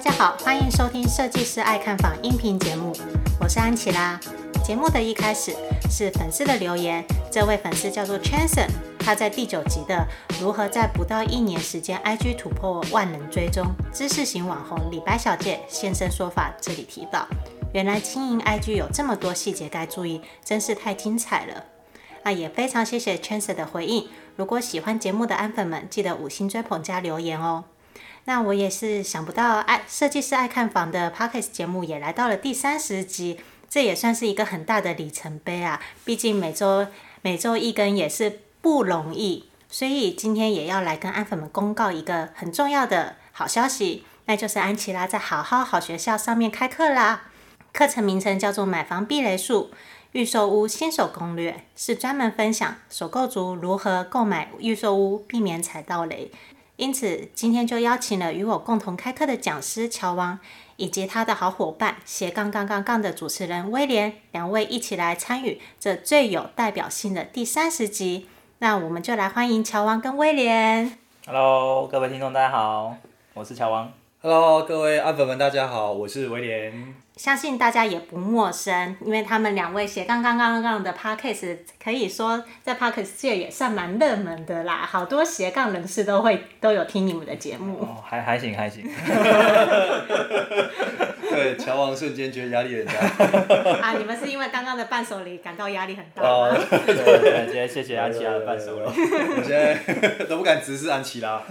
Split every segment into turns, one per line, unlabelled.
家好，欢迎收听《设计师爱看房》音频节目，我是安琪拉。节目的一开始是粉丝的留言，这位粉丝叫做 Chanson，他在第九集的《如何在不到一年时间 IG 突破万人追踪》知识型网红李白小姐现身说法，这里提到，原来经营 IG 有这么多细节该注意，真是太精彩了。那也非常谢谢 Chanson 的回应。如果喜欢节目的安粉们，记得五星追捧加留言哦。那我也是想不到爱设计师爱看房的 Pockets 节目也来到了第三十集，这也算是一个很大的里程碑啊！毕竟每周每周一更也是不容易，所以今天也要来跟安粉们公告一个很重要的好消息，那就是安琪拉在好好好学校上面开课啦。课程名称叫做《买房避雷术：预售屋新手攻略》，是专门分享首购族如何购买预售屋，避免踩到雷。因此，今天就邀请了与我共同开课的讲师乔王，以及他的好伙伴斜杠杠杠杠的主持人威廉，两位一起来参与这最有代表性的第三十集。那我们就来欢迎乔王跟威廉。
Hello，各位听众，大家好，我是乔王。
Hello，各位安粉们，大家好，我是威廉。
相信大家也不陌生，因为他们两位斜杠杠杠杠的 podcast 可以说在 podcast 界也算蛮热门的啦，好多斜杠人士都会都有听你们的节目。
哦，还还行还行，
对，乔王瞬间觉得压力很大。
啊，你们是因为刚刚的伴手礼感到压力很大吗？
哦，
对对，今天谢谢安琪拉的伴 手礼。
我现在 都不敢直视安琪拉。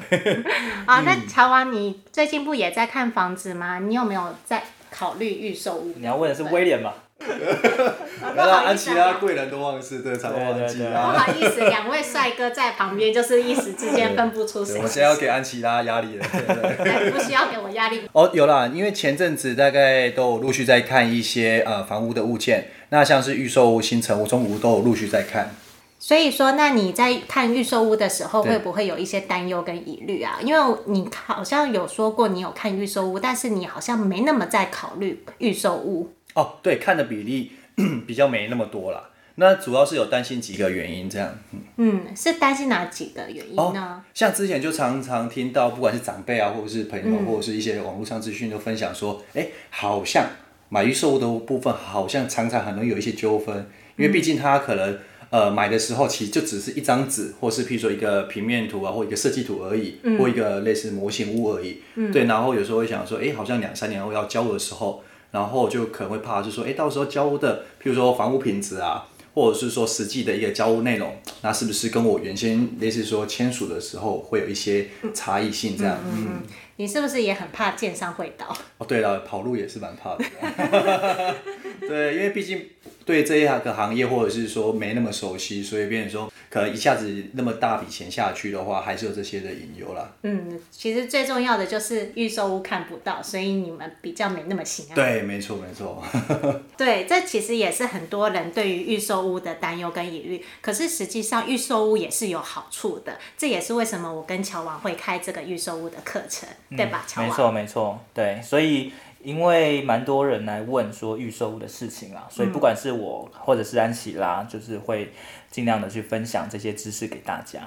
啊，那乔王，你最近不也在看房子吗？你有没有在考虑预售屋？
你要问的是威廉吧？
啊，不
然后
好
安
意思
琪
啊，
拉贵人多忘事，对，常忘记啊
不
啦。
好意思，两位帅哥在旁边，就是一时之间分不出
对
谁
我。现在要给安琪拉压力了。对对
哎不需要给我压力。
哦，有啦，因为前阵子大概都有陆续在看一些呃房屋的物件，那像是预售屋、新城屋、中古屋都有陆续在看。
所以说，那你在看预售屋的时候，
对
会不会有一些担忧跟疑虑啊？因为你好像有说过你有看预售屋，但是你好像没那么在考虑预售屋。
哦，对，看的比例 比较没那么多啦。那主要是有担心几个原因这样。
嗯，是担心哪几个原因呢？
像之前就常常听到，不管是长辈啊，或者是朋友，或者是一些网络上资讯，都分享说，哎、好像买预售屋的部分，好像常常很容易有一些纠纷，因为毕竟他可能。呃，买的时候其实就只是一张纸，或是譬如说一个平面图啊，或一个设计图而已，或一个类似模型屋而已。对，然后有时候会想说，哎，好像两三年后要交屋的时候，然后就可能会怕，就说，哎，到时候交屋的，譬如说房屋品质啊，或者是说实际的一个交屋内容，那是不是跟我原先类似说签署的时候会有一些差异性这样？嗯，
你是不是也很怕建商会倒？
哦，对了，跑路也是蛮怕的。 对，因为毕竟对这一个行业或者是说没那么熟悉，所以变成说可能一下子那么大笔钱下去的话，还是有这些的隐忧啦。
嗯，其实最重要的就是预售屋看不到，所以你们比较没那么心安。
对，没错没错。
对，这其实也是很多人对于预售屋的担忧跟疑虑。可是实际上，预售屋也是有好处的，这也是为什么我跟乔王会开这个预售屋的课程，对吧？乔
没
王，
错没错，对，所以因为蛮多人来问说预售屋的事情啊，所以不管是我或者是安琪拉，就是会尽量的去分享这些知识给大家。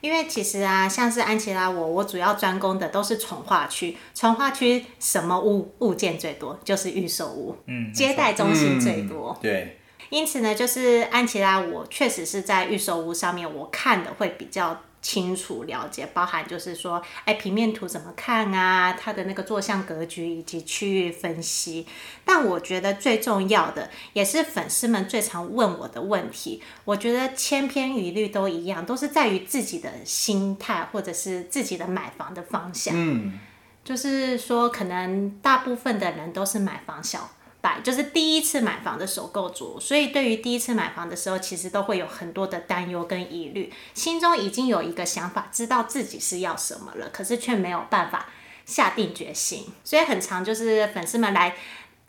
因为其实啊，像是安琪拉我，我主要专攻的都是从化区，从化区什么物物件最多，就是预售屋，嗯，接待中心最多。
对，
因此呢，就是安琪拉，我确实是在预售屋上面，我看的会比较清楚了解，包含就是说，哎，平面图怎么看啊，它的那个坐向格局以及区域分析。但我觉得最重要的，也是粉丝们最常问我的问题，我觉得千篇一律都一样，都是在于自己的心态或者是自己的买房的方向。
嗯，
就是说，可能大部分的人都是买房小白，就是第一次买房的首购族，所以对于第一次买房的时候，其实都会有很多的担忧跟疑虑，心中已经有一个想法，知道自己是要什么了，可是却没有办法下定决心，所以很常就是粉丝们来。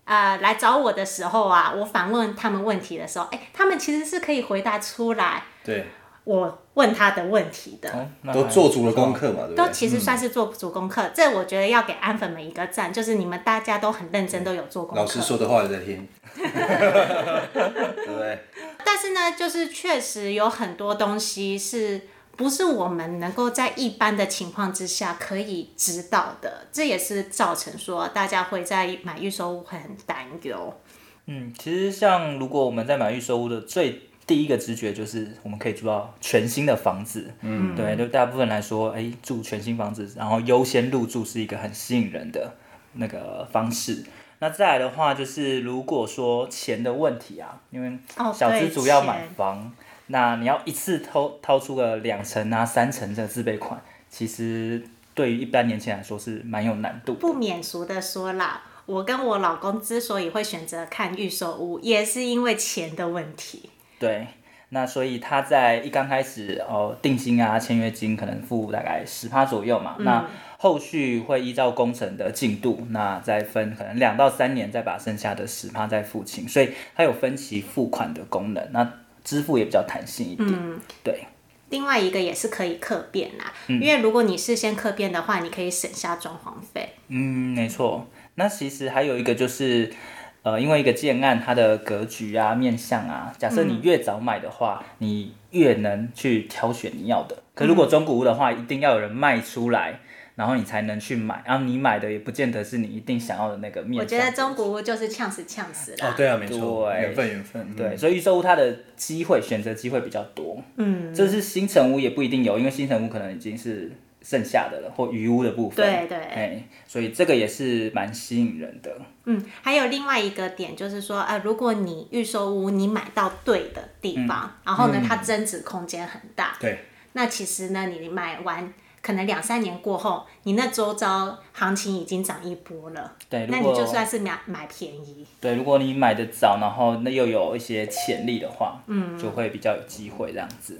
呃，来找我的时候啊，我反问他们问题的时候，哎，他们其实是可以回答出来
对，
我问他的问题的。
哦，那
都
还
做足了功课嘛，对不
都
对？
其实算是做足功课，这我觉得要给安粉们一个赞，就是你们大家都很认真，都有做功课。
老师说的话也在听， 对不对？
但是呢，就是确实有很多东西是不是我们能够在一般的情况之下可以知道的，这也是造成说大家会在买预售屋会很担忧。
嗯，其实像如果我们在买预售屋的最第一个直觉就是我们可以住到全新的房子，嗯，对，对大部分来说，哎，住全新房子，然后优先入住是一个很吸引人的那个方式。那再来的话，就是如果说钱的问题啊，因为
哦
小资
对
主要买
钱
房，那你要一次掏掏出个两成啊、三成的自备款，其实对于一般年轻人来说是蛮有难度的。
不免俗的说啦，我跟我老公之所以会选择看预售屋，也是因为钱的问题。
对，那所以他在一刚开始哦，定金啊、签约金可能付大概十趴左右嘛。那后续会依照工程的进度，那再分可能两到三年，再把剩下的十趴再付清，所以它有分期付款的功能，那支付也比较弹性一点。对，
另外一个也是可以客变啦，
嗯
因为如果你事先客变的话，你可以省下装潢费。
嗯，没错。那其实还有一个就是。呃，因为一个建案，它的格局啊、面向啊，假
嗯
设你越早买的话，你越能去挑选你要的。可
嗯
如果中古屋的话，一定要有人卖出来，然后你才能去买。然后你买的也不见得是你一定想要的那个面向。
我觉得中古屋就是呛死呛死啦。
哦，对啊，没错，
对
缘分缘分，嗯
对，所以预售屋它的机会选择机会比较多。嗯，这是新城屋也不一定有，因为新城屋可能已经是剩下的了，或余屋的部分。
对对
哎，所以这个也是蛮吸引人的。
嗯，还有另外一个点就是说，呃，如果你预售屋你买到对的地方，
嗯
然后呢，它增值空间很大，
对，
那其实呢，你买完可能两三年过后，你那周遭行情已经涨一波了，
对
那
如
你
果
就算是买买便宜，
对，如果你买的早，然后那又有一些潜力的话，嗯，就会比较有机会这样子。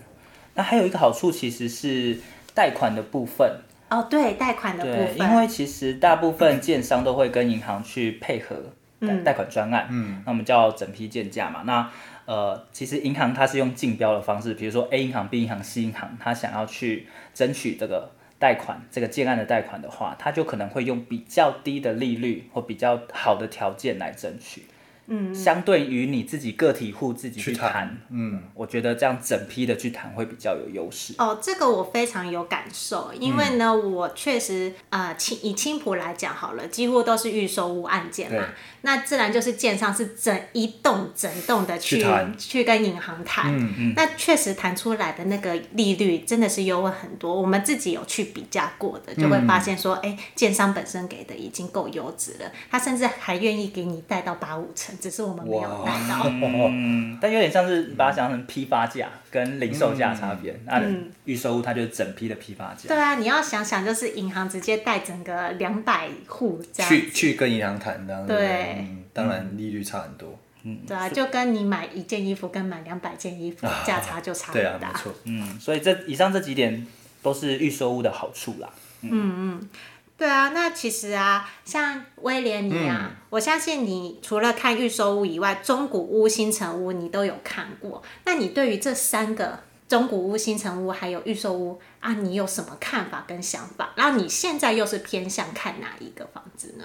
那还有一个好处其实是贷款的部分，
哦，对，贷款的
对
部，
因
分，
为其实大部分建商都会跟银行去配合贷贷款专案，嗯，那我们叫整批建价嘛。那呃，其实银行它是用竞标的方式，比如说 A 银行、B 银行、C 银行，它想要去争取这个贷款，这个建案的贷款的话，它就可能会用比较低的利率或比较好的条件来争取。嗯，相对于你自己个体户自己去
去谈
谈，嗯，我觉得这样整批的去谈会比较有优势。
哦，这个我非常有感受，因
嗯
为呢，我确实呃，青以青浦来讲好了，几乎都是预售屋案件嘛
对，
那自然就是建商是整一栋整栋的去
去谈嗯
去跟银行谈，那确实谈出来的那个利率真的是优惠很多，我们自己有去比价过的，就会
嗯
发现说，哎、建商本身给的已经够优质了，他甚至还愿意给你贷到八五成，只是我们没有
哇
贷到。
嗯，但有点像是把它想成批发价跟零售价差别。那预售屋它就是整批的批发价。
对啊，你要想想，就是银行直接贷整个两百户这样子
去去跟银行谈，当然
对
嗯当然利率差很多，
对啊，就跟你买一件衣服跟买两百件衣服价差就差
对
很
啊，
大。
没错，
嗯，所以这以上这几点都是预售屋的好处啦。
对啊，那其实啊，像威廉你啊，
嗯
我相信你除了看预售屋以外，中古屋、新城屋你都有看过。那你对于这三个中古屋、新城屋还有预售屋啊，你有什么看法跟想法？然后你现在又是偏向看哪一个房子呢？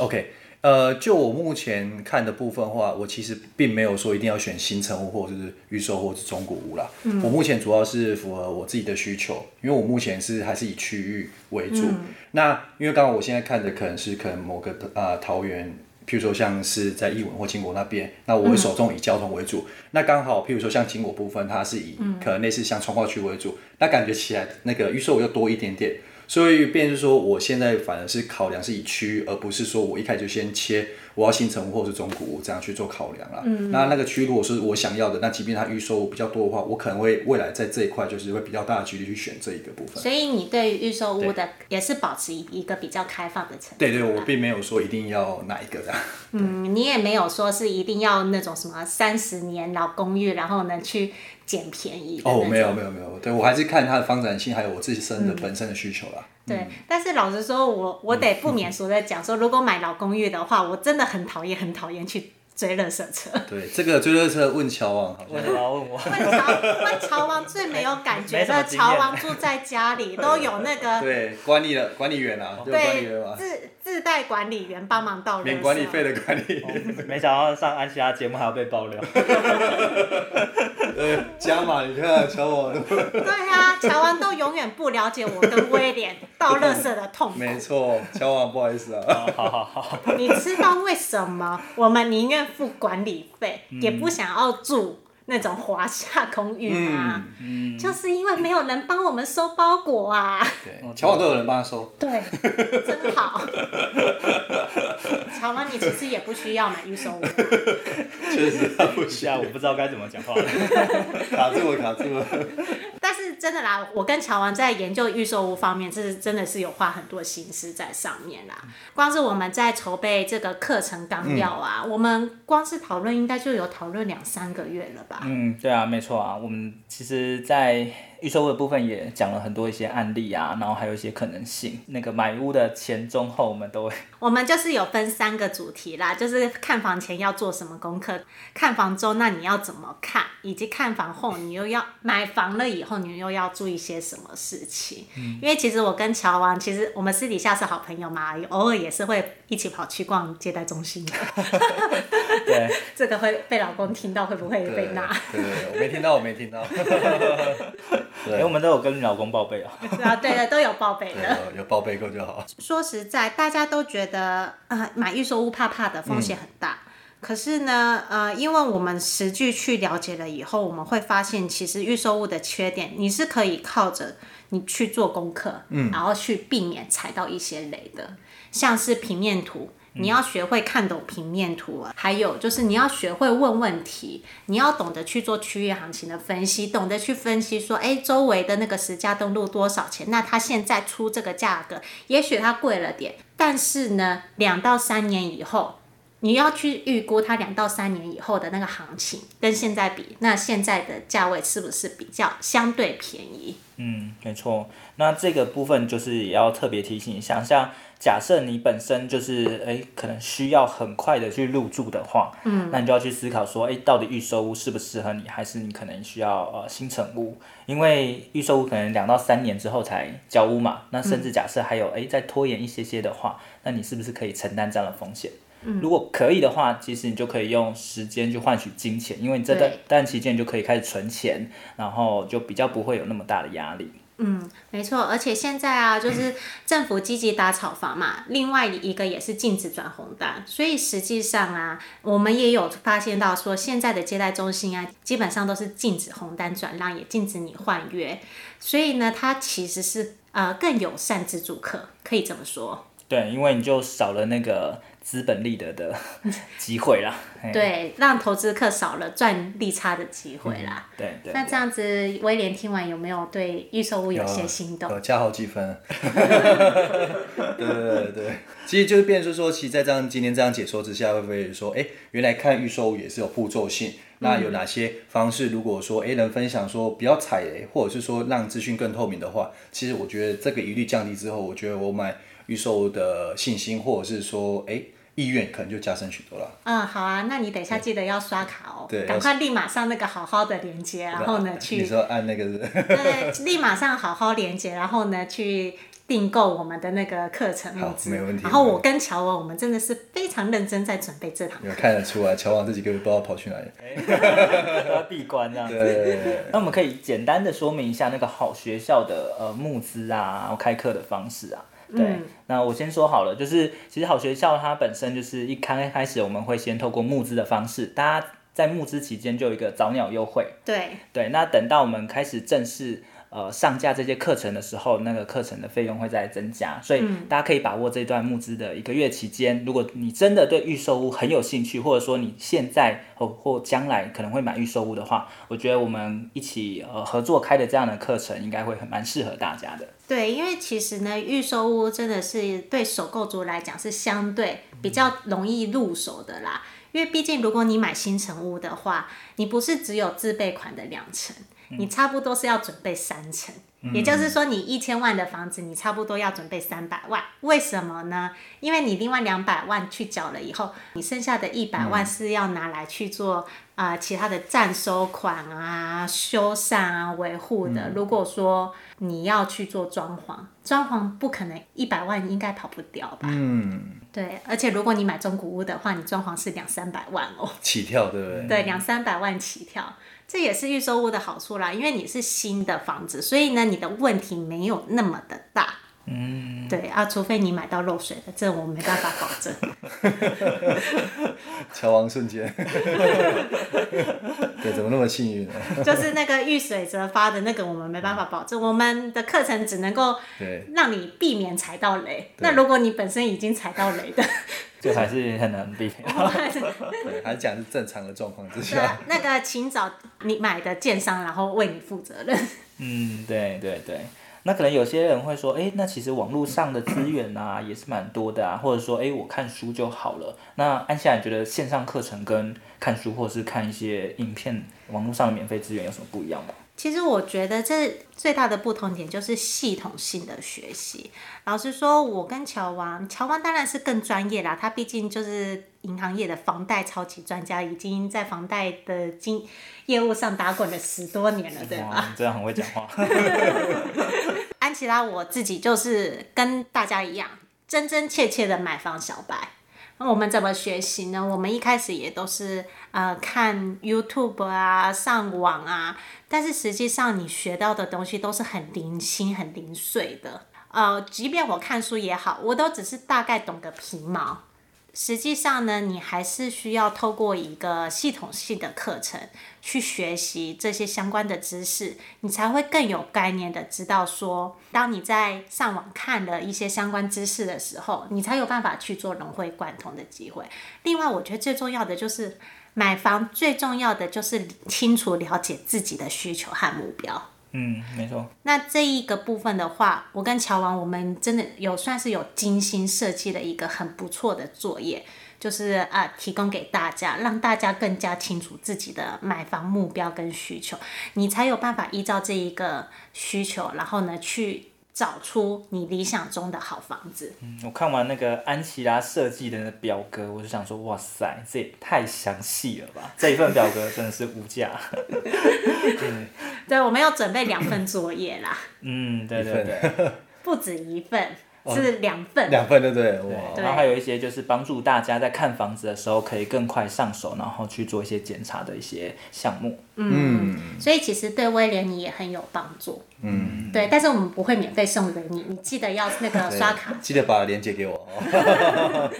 OK，呃，就我目前看的部分的话，我其实并没有说一定要选新城屋或者是预售或者是中古屋啦。我目前主要是符合我自己的需求，因为我目前是还是以区域为主。那因为刚好我现在看的可能是可能某个呃桃园。譬如说像是在义文或金国那边，那我会首重以交通为主。那刚好，譬如说像金国部分，它是以可能类似像从化区为主，那感觉起来那个预售我又多一点点。所以便是说，我现在反而是考量是以区，而不是说我一开始就先切我要新城屋或是中古屋这样去做考量啦。那那个区如果是我想要的，那即便它预售比较多的话，我可能会未来在这一块就是会比较大的几率去选这一个部分。
所以你对于预售屋的也是保持一个比较开放的程度。
对对，我并没有说一定要哪一个的。
嗯，你也没有说是一定要那种什么三十年老公寓，然后呢去捡便宜的那
哦，
种
没嗯有没有没有，对我还是看它的发展性，还有我自身的本身的需求啦。
对，但是老实说，我我得不免俗的讲说，如果买老公寓的话，我真的很讨厌，很讨厌去追垃圾车。
对，这个追热车问乔王好
为
像
什么要问我？
问潮问潮王最没有感觉
没什么
的，
经验
潮王住在家里都有那个
对管理的管理员啊，就管理
对
员嘛，
自自带管理员帮忙倒垃圾
免管理费的管理，
没想到上安琪拉节目还要被爆料。
呃，加码，你看，瞧我，
对啊，乔安都永远不了解我跟威廉倒垃圾的痛苦。
没错，乔王，不好意思啊，
好好好好，
你知道为什么我们宁愿付管理费，也不想要住那种华夏公寓吗？就是因为没有人帮我们收包裹啊。
对，乔王都有人帮他收，
对， 真好。乔安，你其实也不需要买预售屋，
确实他不
一下
下
我
我，
不知道该怎么 讲话。
卡住了，卡住了，
但是真的啦，我跟乔王在研究预售屋方面，这是真的是有花很多心思在上面啦。光是我们在筹备这个课程纲要啊，我们光是讨论应该就有讨论两三个月了吧？
嗯，对啊，没错啊，我们其实，在预售屋的部分也讲了很多一些案例啊，然后还有一些可能性。那个买屋的前中后，我们都会
我们就是有分三个主题啦，就是看房前要做什么功课，看房中那你要怎么看，以及看房后你又要买房了以后你又要注意些什么事情。因为其实我跟乔王，其实我们私底下是好朋友嘛，偶尔也是会一起跑去逛接待中心的。
对，
这个会被老公听到，会不会
对
被骂？
对，我没听到，我没听 到，
哎、我们都有跟老公报备啊。
啊，对的，都有报备的。
对，有报备够就好，
说实在，大家都觉得呃买预售屋怕怕的风险很大。可是呢，呃，因为我们实际去了解了以后，我们会发现，其实预售物的缺点，你是可以靠着你去做功课，嗯，然后去避免踩到一些雷的，像是平面图，你要学会看懂平面图啊，还有就是你要学会问问题，你要懂得去做区域行情的分析，懂得去分析说，哎，周围的那个实价登录多少钱？那它现在出这个价格，也许它贵了点，但是呢，两到三年以后。你要去预估它两到三年以后的那个行情跟现在比，那现在的价位是不是比较相对便宜？
嗯，没错。那这个部分就是也要特别提醒一下，像假设你本身就是哎、可能需要很快的去入住的话，嗯，那你就要去思考说，哎、到底预售屋适不适合你，还是你可能需要呃新城屋，因为预售屋可能两到三年之后才交屋嘛，那甚至假设还有哎、再拖延一些些的话，那你是不是可以承担这样的风险？如果可以的话，其实你就可以用时间去换取金钱，因为你这段
对
段期间你就可以开始存钱，然后就比较不会有那么大的压力。
嗯，没错，而且现在啊，就是政府积极打炒房嘛，另外一个也是禁止转红单，所以实际上啊，我们也有发现到说，现在的接待中心啊，基本上都是禁止红单转让，也禁止你换约，所以呢，它其实是呃更友善自住客，可以这么说。
对，因为你就少了那个资本利得的机会啦。嘿
对，让投资客少了赚利差的机会啦。
对对，
那这样子，威廉听完有没有对预售屋嗯有些心动？
有加好几分，对对对对，其实就是变成说，其实在这样今天这样解说之下，会不会说，哎、原来看预售也是有步骤性，那有哪些方式？如果说哎、诶能分享说不要踩雷，或者是说让资讯更透明的话，其实我觉得这个疑虑降低之后，我觉得我买预售的信心，或者是说哎、诶意愿，可能就加深许多了。
嗯，好啊，那你等一下记得要刷卡哦
对，
赶快立马上那个好好的连接，然后呢
你
去
说按那个是
对，立马上好好连接，然后呢去。订购我们的那个课程
好
物资，
没问题
然后
没
我
问
跟乔文，我们真的是非常认真在准备这堂
你们看得出来，乔王这几个月不知道跑去哪里。
都要闭关这样子。
对，
那我们可以简单的说明一下那个好学校的呃募资啊，然后开课的方式啊。对，那我先说好了，就是其实好学校它本身就是一开开始我们会先透过募资的方式，大家在募资期间就有一个早鸟优惠，
对，
对，那等到我们开始正式呃上架这些课程的时候，那个课程的费用会再增加，所以大家可以把握这段募资的一个月期间。如果你真的对预售屋很有兴趣，或者说你现在或或将来可能会买预售屋的话，我觉得我们一起呃合作开的这样的课程，应该会很蛮适合大家的。
对，因为其实呢，预售屋真的是对首购族来讲是相对比较容易入手的啦。因为毕竟如果你买新城屋的话，你不是只有自备款的两成，你差不多是要准备三成。也就是说，你一千万的房子，你差不多要准备三百万。为什么呢？因为你另外两百万去缴了以后，你剩下的一百万是要拿来去做啊、呃其他的暂收款啊、修缮啊、维护的，如果说你要去做装潢，装潢不可能一百万应该跑不掉吧？
嗯，
对，而且如果你买中古屋的话，你装潢是两三百万哦，
起跳对不对？
对，两三百万起跳，这也是预售屋的好处啦，因为你是新的房子，所以呢，你的问题没有那么的大。嗯，对啊，除非你买到漏水的，这我没办法保证。
乔王瞬间， 对，怎么那么幸运呢？
就是那个遇水则发的那个，我们没办法保证。我们的课程只能够
对，
让你避免踩到雷。那如果你本身已经踩到雷的，
这还是很难避免。
对还讲是正常的状况之下
那，啊那个请找你买的建商，然后为你负责任。
嗯，对对对。那可能有些人会说，哎、那其实网络上的资源啊也是蛮多的啊，或者说，哎、我看书就好了。那按下你觉得线上课程跟看书或是看一些影片，网络上的免费资源有什么不一样吗？
其实我觉得这最大的不同点就是系统性的学习。老实说，我跟乔王，乔王当然是更专业啦，他毕竟就是银行业的房贷超级专家，已经在房贷的经业务上打滚了十多年了，对啊吧？
哇，你真的很会讲话。
安琪拉我自己就是跟大家一样，真真切切的买房小白。那我们怎么学习呢？我们一开始也都是呃看 YouTube 啊，上网啊，但是实际上你学到的东西都是很零星、很零碎的。呃，即便我看书也好，我都只是大概懂个皮毛。实际上呢，你还是需要透过一个系统性的课程去学习这些相关的知识，你才会更有概念的知道说，当你在上网看了一些相关知识的时候，你才有办法去做融会贯通的机会。另外，我觉得最重要的就是买房，最重要的就是清楚了解自己的需求和目标。
嗯，没错。
那这一个部分的话，我跟乔王我们真的有算是有精心设计了一个很不错的作业，就是啊、呃提供给大家，让大家更加清楚自己的买房目标跟需求，你才有办法依照这一个需求，然后呢去找出你理想中的好房子。
嗯我看完那个安琪拉设计的那表格，我就想说，哇塞，这也太详细了吧！这一份表格真的是无价。
对，我们有准备两份作业啦，
嗯，对
一
对
份
对。
不止一份，是两份。
两份对不对？
对，
哇，
哦然后还有一些就是帮助大家在看房子的时候可以更快上手，然后去做一些检查的一些项目。
嗯，
所以其实对威廉你也很有帮助。嗯，对，但是我们不会免费送给你，你记得要那个
对
刷卡。
记得把链接给我哦。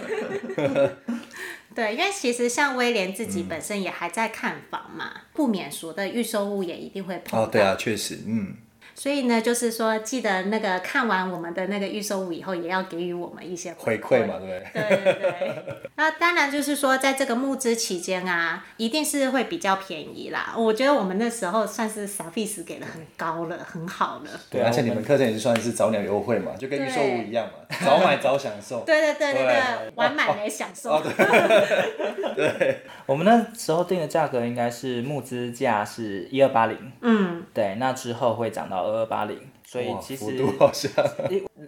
对，因为其实像威廉自
嗯
己本身也还在看房嘛，不免俗的预售物也一定会碰到。
哦，对啊，确实，嗯，
所以呢，就是说记得那个看完我们的那个预售物以后，也要给予我们一些
回
馈
馈嘛，对不对？
对对 对，那当然就是说，在这个募资期间啊，一定是会比较便宜啦。我觉得我们那时候算是 service 给的很高了，很好了。
对啊
而且你
我
们
们
课程也是算是早鸟优惠嘛，就跟预售屋一样嘛，早买早享受。
对对对对对
对，哦
晚买没享受。
我们那时候定的价格应该是募资价是一二八零，
嗯，
对，那之后会涨到二二八零，所以
哇
其
幅
实
度好像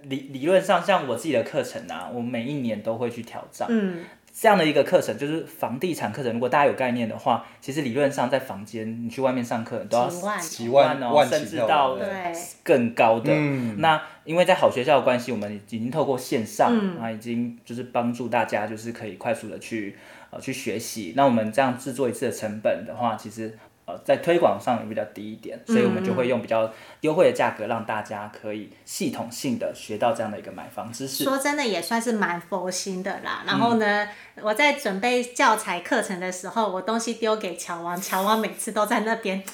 理理论上像我自己的课程啊，我每一年都会去调涨。
嗯，
这样的一个课程就是房地产课程，如果大家有概念的话，其实理论上在房间你去外面上课，你都要
几万
几万
哦，
万
甚
起
至
跳
到
对
对
更高的。
嗯
那因为在好学校的关系，我们已经透过线上，啊、已经就是帮助大家，就是可以快速的去呃去学习。那我们这样制作一次的成本的话，其实呃在推广上也比较低一点，所以我们就会用比较优惠的价格，让大家可以系统性的学到这样的一个买房知识。
说真的也算是蛮佛心的
嗯
啦。然后呢，我在准备教材课程的时候，我东西丢给乔王，乔王每次都在那边。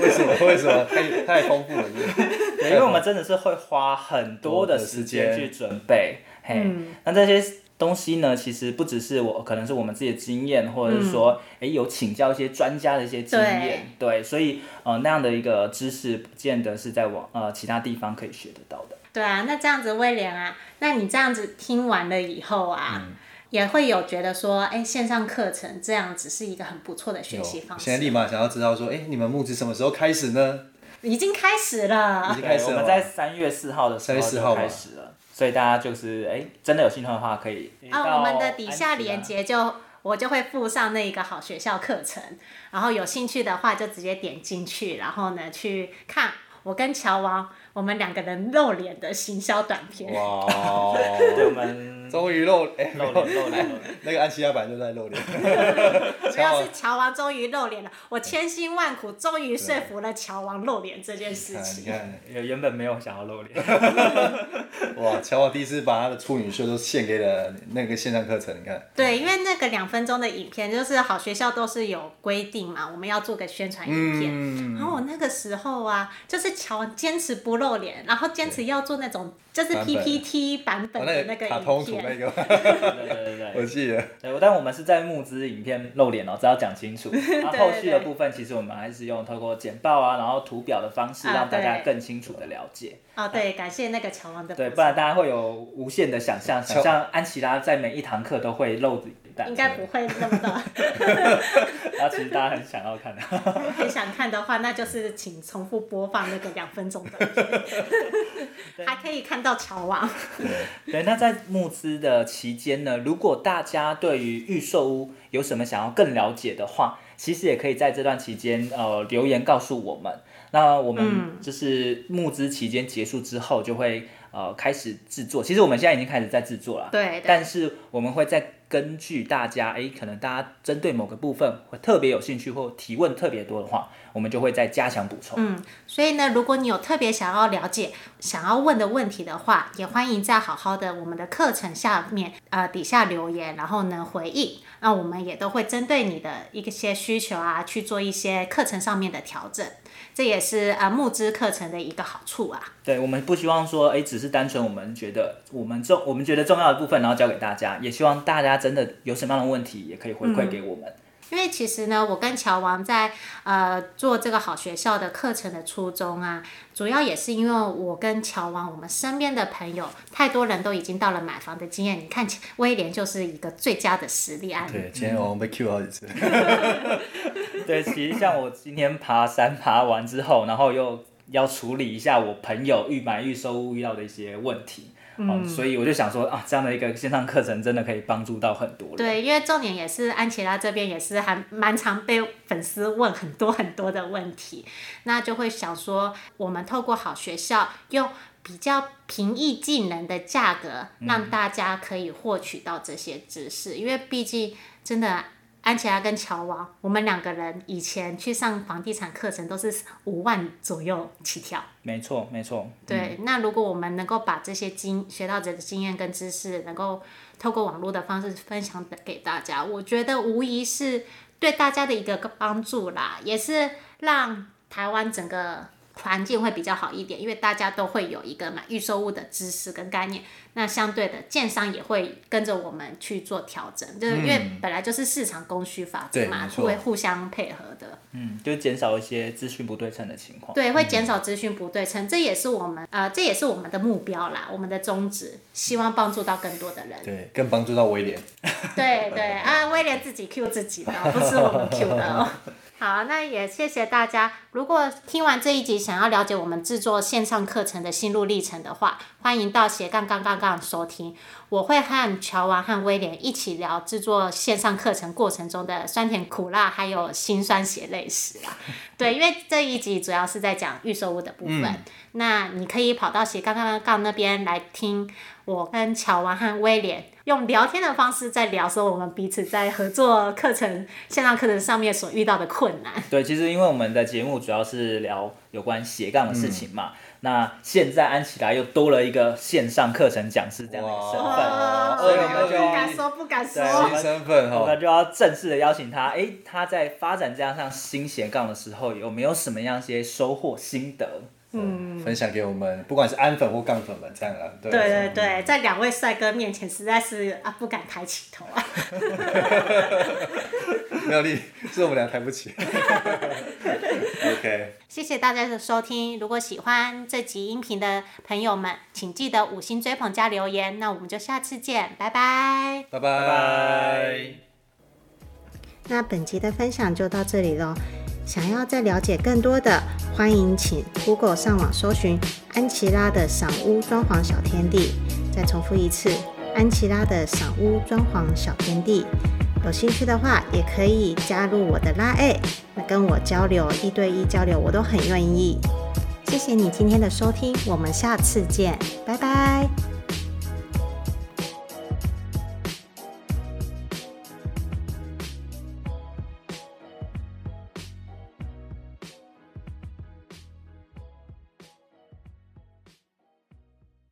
为什么？为什么？太太丰富了，是不是
对，因为我们真的是会花很多的时间去准备。嘿，
嗯
那这些东西呢，其实不只是我，可能是我们自己的经验，或
嗯
者是说，哎、有请教一些专家的一些经验。对，所以呃，那样的一个知识，不见得是在网呃其他地方可以学得到的。
对啊，那这样子威廉啊，那你这样子听完了以后啊，
嗯
也会有觉得说，哎，线上课程这样子是一个很不错的学习
我
方
现在
式，
立马想要知道说，哎，你们募资什么时候开始呢？
已经开始了
已。经开始
对我
了
们
吗。
在三月四号的时候
3月4号
就
嘛
开始了，所以大家就是哎、真的有兴趣的话，可以
啊，
到
我们的底
安
下
琪拉
连接就。我就会附上那一个好学校课程，然后有兴趣的话就直接点进去，然后呢去看我跟乔王我们两个人露脸的行销短片。
哇
对我
哦，
们
终于露哎
露脸露脸，露脸
那个安琪亚版就在露 脸，
主要是乔王终于露脸了，我千辛万苦终于说服了乔王露脸这件事
哎你
情。
看，
原原本没有想要露脸，
哇，乔瓦第一次把他的处女秀都献给了那个线上课程，你看，
对，因为那个两分钟的影片，就是好学校都是有规定嘛，我们要做个宣传影片。
嗯
然后我那个时候啊，就是乔王坚持不露脸，然后坚持要做那种就是
版本
PPT 版
哦
本的那
个
个
卡通
影
图那
片。
个，
对对对对
我记得，
对，但我们是在募资影片露脸哦，这要讲 清楚。然后后续的部分，其实我们还是用透过简报啊，然后图表的方式，
啊
让大家
对
更清楚的了解。
哦，对，感谢那个乔王的
对，
补
不然大家会有无限的想象，
乔
想象安琪拉在每一堂课都会露脸
充
蛋
应，该不会那么的。
然后其实大家很想要看的。
很想看的话，那就是请重复播放那个两分钟的影 片，还可以看到乔王。
对，那在募资的期间呢，如果大家对于预售屋有什么想要更了解的话，其实也可以在这段期间呃留言告诉我们。那
嗯
我们就是募资期间结束之后，就会呃开始制作。其实我们现在已经开始在制作了，
对对
但是我们会再根据大家，诶，可能大家针对某个部分会特别有兴趣或提问特别多的话，我们就会再加强补充。
嗯，所以呢，如果你有特别想要了解、想要问的问题的话，也欢迎在好好的我们的课程下面呃底下留言，然后呢回应。那我们也都会针对你的一些需求啊，去做一些课程上面的调整。这也是呃募资课程的一个好处啊。
对，我们不希望说，哎，只是单纯我们觉得我们重我们觉得重要的部分，然后交给大家，也希望大家真的有什么样的问题，也可以回馈给我们。
因为其实呢，我跟乔王在呃做这个好学校的课程的初衷啊，主要也是因为我跟乔王，我们身边的朋友太多人都已经到了买房的经验，你看威廉就是一个最佳的实例案例。
对，今天我们被 Q 好几次，
对，其实像我今天爬山爬完之后，然后又要处理一下我朋友预买预收物遇到的一些问题，嗯、所以我就想说啊，这样的一个线上课程真的可以帮助到很多人。
对，因为重点也是安琪拉这边也是还蛮常被粉丝问很多很多的问题，那就会想说，我们透过好学校用比较平易近人的价格，让大家可以获取到这些知识，因为毕竟真的。安琪拉跟乔王，我们两个人以前去上房地产课程都是五万左右起跳。
没错，没错。
对，那如果我们能够把这些经学到的经验跟知识，能够透过网络的方式分享给大家，我觉得无疑是对大家的一个帮助啦，也是让台湾整个环境会比较好一点，因为大家都会有一个买预售物的知识跟概念，那相对的建商也会跟着我们去做调整，就是因为本来就是市场供需法则
嗯对
嘛
没，错
会互相配合的。
嗯，就减少一些资讯不对称的情况。
对，会减少资讯不对称，这也是我们呃，这也是我们的目标啦，我们的宗旨，希望帮助到更多的人。
对，更帮助到威廉。
对对啊，威廉自己 Q 自己的哦，不是我们 Q 的哦。好，那也谢谢大家。如果听完这一集，想要了解我们制作线上课程的心路历程的话，欢迎到斜杠杠杠杠收听。我会和乔王和威廉一起聊制作线上课程过程中的酸甜苦辣，还有辛酸血泪史啦。对，因为这一集主要是在讲预售屋的部分，那你可以跑到斜杠杠杠杠那边来听我跟乔王和威廉用聊天的方式在聊说我们彼此在合作课程、线上课程上面所遇到的困难。
对，其实因为我们的节目主要是聊有关斜杠的事情嘛，那现在安琪拉又多了一个线上课程讲师这样的一个身份。
哇
哦所以我
不
们就
敢说，不敢
对我
说
们。
新身份
我
哈，
们就要正式的邀请他，诶，他在发展这样上新斜杠的时候，有没有什么样一些收获心得？
嗯，分享给我们，不管是安粉或杠粉们，这样啊，对
对对对，在两位帅哥面前，实在是啊不敢抬起头啊。
妙丽是我们俩抬 不起。OK，
谢谢大家的收听，如果喜欢这集音频的朋友们，请记得五星追捧加留言。那我们就下次见，拜拜。
拜拜。
那本集的分享就到这里喽。想要再了解更多的，欢迎请 Google 上网搜寻安琪拉的赏屋装潢小天地。再重复一次，安琪拉的赏屋装潢小天地。有兴趣的话，也可以加入我的拉 A，那跟我交流，一对一交流，我都很愿意。谢谢你今天的收听，我们下次见，拜拜。